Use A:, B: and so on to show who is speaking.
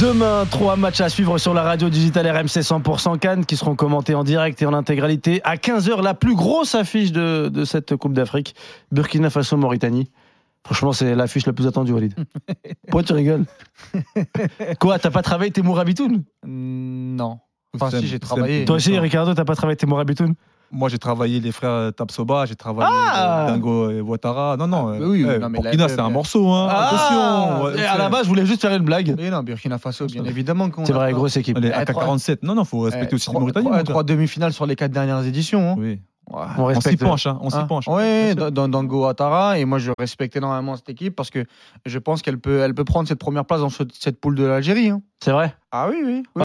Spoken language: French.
A: Demain, trois matchs à suivre sur la radio digitale RMC 100% Cannes qui seront commentés en direct et en intégralité à 15h. La plus grosse affiche de, de cette Coupe d'Afrique, Burkina Faso Mauritanie. Franchement, c'est l'affiche la plus attendue, Walid. Pourquoi tu rigoles Quoi, t'as pas travaillé tes Mourabitoun
B: Mm, Non. Enfin,
C: C'est-
B: si, j'ai
C: c'est-
B: travaillé.
A: Toi aussi, Ricardo, t'as pas travaillé tes Mourabitoun
C: Moi, j'ai travaillé les frères euh, Tapsoba, j'ai travaillé
A: Ah
C: euh, Dingo et Ouattara. Non, non,
B: Ah,
C: euh,
B: bah oui, oui,
C: eh,
B: non, mais
C: Burkina,
B: la-
C: c'est un morceau. Hein.
B: ah,
C: Attention
B: eh,
C: ouais,
A: Ah, Et À
C: c'est-
A: la base, je voulais juste faire une blague.
B: Mais non, Burkina Faso, bien évidemment. qu'on
A: C'est
B: a-
A: vrai, grosse équipe.
C: On est
B: Eh, trois-
C: AK-47. Non, non, faut
B: Eh,
C: respecter aussi les
B: trois-
C: Mauritaniens.
B: trois-
C: mon gars.
B: Trois demi-finales sur les quatre dernières éditions. hein.
C: Oui.
B: Ouais.
A: On
C: On s'y
A: respecte.
C: penche, hein, on s'y
B: Hein.
C: penche.
B: Ouais, dans, dans, dans Go Atara. Et moi, je respecte énormément cette équipe parce que je pense qu'elle peut, elle peut prendre cette première place dans ce- cette poule de l'Algérie. hein.
A: C'est vrai
B: Ah oui, oui. oui.